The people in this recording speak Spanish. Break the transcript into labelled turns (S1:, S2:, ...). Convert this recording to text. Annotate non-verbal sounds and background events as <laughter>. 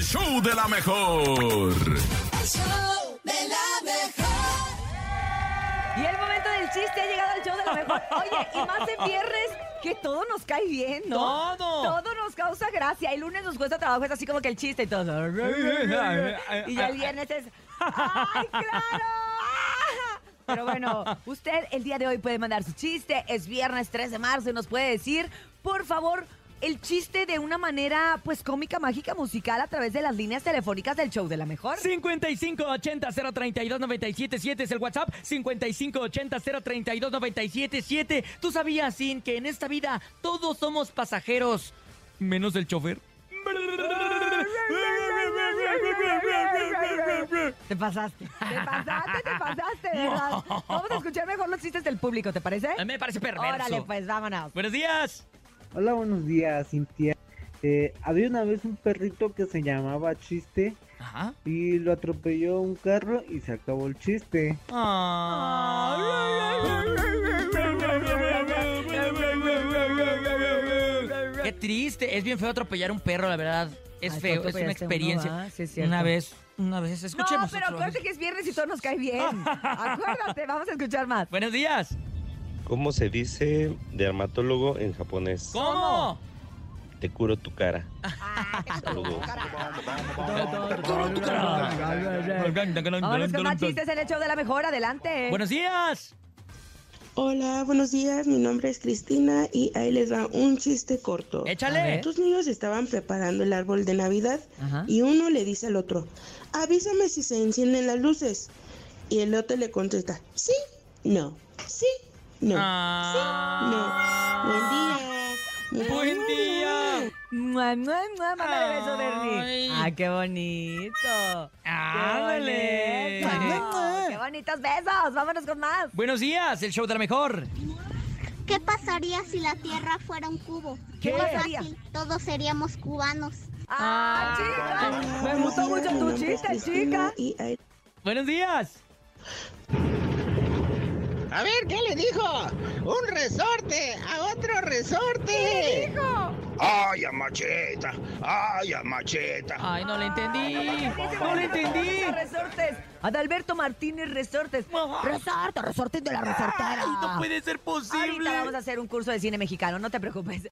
S1: show de la mejor.
S2: El show de la mejor.
S3: Y el momento del chiste ha llegado al show de la mejor. Oye, y más en viernes que todo nos cae bien, ¿no?
S4: Todo.
S3: Todo nos causa gracia. El lunes nos cuesta trabajo, es así como que el chiste y todo. Y ya el viernes es. ¡Ay, claro! ¡Ah! Pero bueno, usted el día de hoy puede mandar su chiste. Es viernes 3 de marzo y nos puede decir, por favor, el chiste de una manera, pues cómica, mágica, musical a través de las líneas telefónicas del show de la mejor.
S4: 5580-032-977 es el WhatsApp. 5580-032-977. ¿Tú sabías, Sin, que en esta vida todos somos pasajeros? Menos
S3: <laughs>
S4: el chofer.
S3: Te pasaste. Te pasaste, te pasaste,
S4: <laughs>
S3: de verdad. Vamos a escuchar mejor los chistes del público, ¿te parece?
S4: A mí me parece perverso.
S3: Órale, pues vámonos.
S4: Buenos días.
S5: Hola, buenos días, Cintia. Eh, había una vez un perrito que se llamaba Chiste
S4: Ajá.
S5: y lo atropelló un carro y se acabó el chiste.
S3: Ah.
S4: Qué triste, es bien feo atropellar un perro, la verdad. Es
S3: Ay,
S4: feo,
S3: tú
S4: es una
S3: atropellaste uno,
S4: experiencia.
S3: ¿va? Sí, es cierto.
S4: una vez, una vez, escuchemos.
S3: No, pero
S4: otro.
S3: acuérdate que es viernes y todo nos cae
S4: <laughs>
S3: bien. Acuérdate, vamos a escuchar más.
S4: Buenos días.
S6: ¿Cómo se dice dermatólogo en japonés?
S4: ¿Cómo?
S6: Te curo tu cara. Saludos.
S3: Vámonos con más chistes eh. en el show de la mejor, adelante.
S4: Buenos días.
S7: Hola, buenos días. Mi nombre es Cristina y ahí les va un chiste corto.
S3: A ver.
S4: Échale.
S7: Tus niños estaban preparando el árbol de Navidad
S3: ¿eh? Ajá.
S7: y uno le dice al otro, avísame si se encienden las luces. Y el otro le contesta, sí, no, sí, no,
S4: Ah.
S7: sí, no. Buen día.
S4: Buen día.
S3: Mua, mua, mua, mándale beso, Bernie.
S4: Ay.
S3: Ah, qué bonito.
S4: Ándale.
S3: Qué bonito. Qué bonitos besos. Vámonos con más.
S4: Buenos días, el show de la mejor.
S8: ¿Qué pasaría si la Tierra fuera un cubo?
S3: ¿Qué
S8: Muy
S3: pasaría?
S8: fácil, todos seríamos cubanos.
S3: Ah, chicas. Me gustó mucho tu
S4: este
S3: chiste, chica.
S7: Y ahí-
S4: Buenos días.
S9: A ver, ¿qué le dijo? Un resorte a otro resorte. Ay, a macheta. Ay, a macheta.
S4: Ay, no le entendí. No le
S3: le
S4: entendí.
S3: Resortes. Adalberto Martínez Resortes. Resortes, resortes de la resortera.
S4: Ay, no puede ser
S3: Ahorita
S4: posible.
S3: vamos a hacer un curso de cine mexicano, no te preocupes.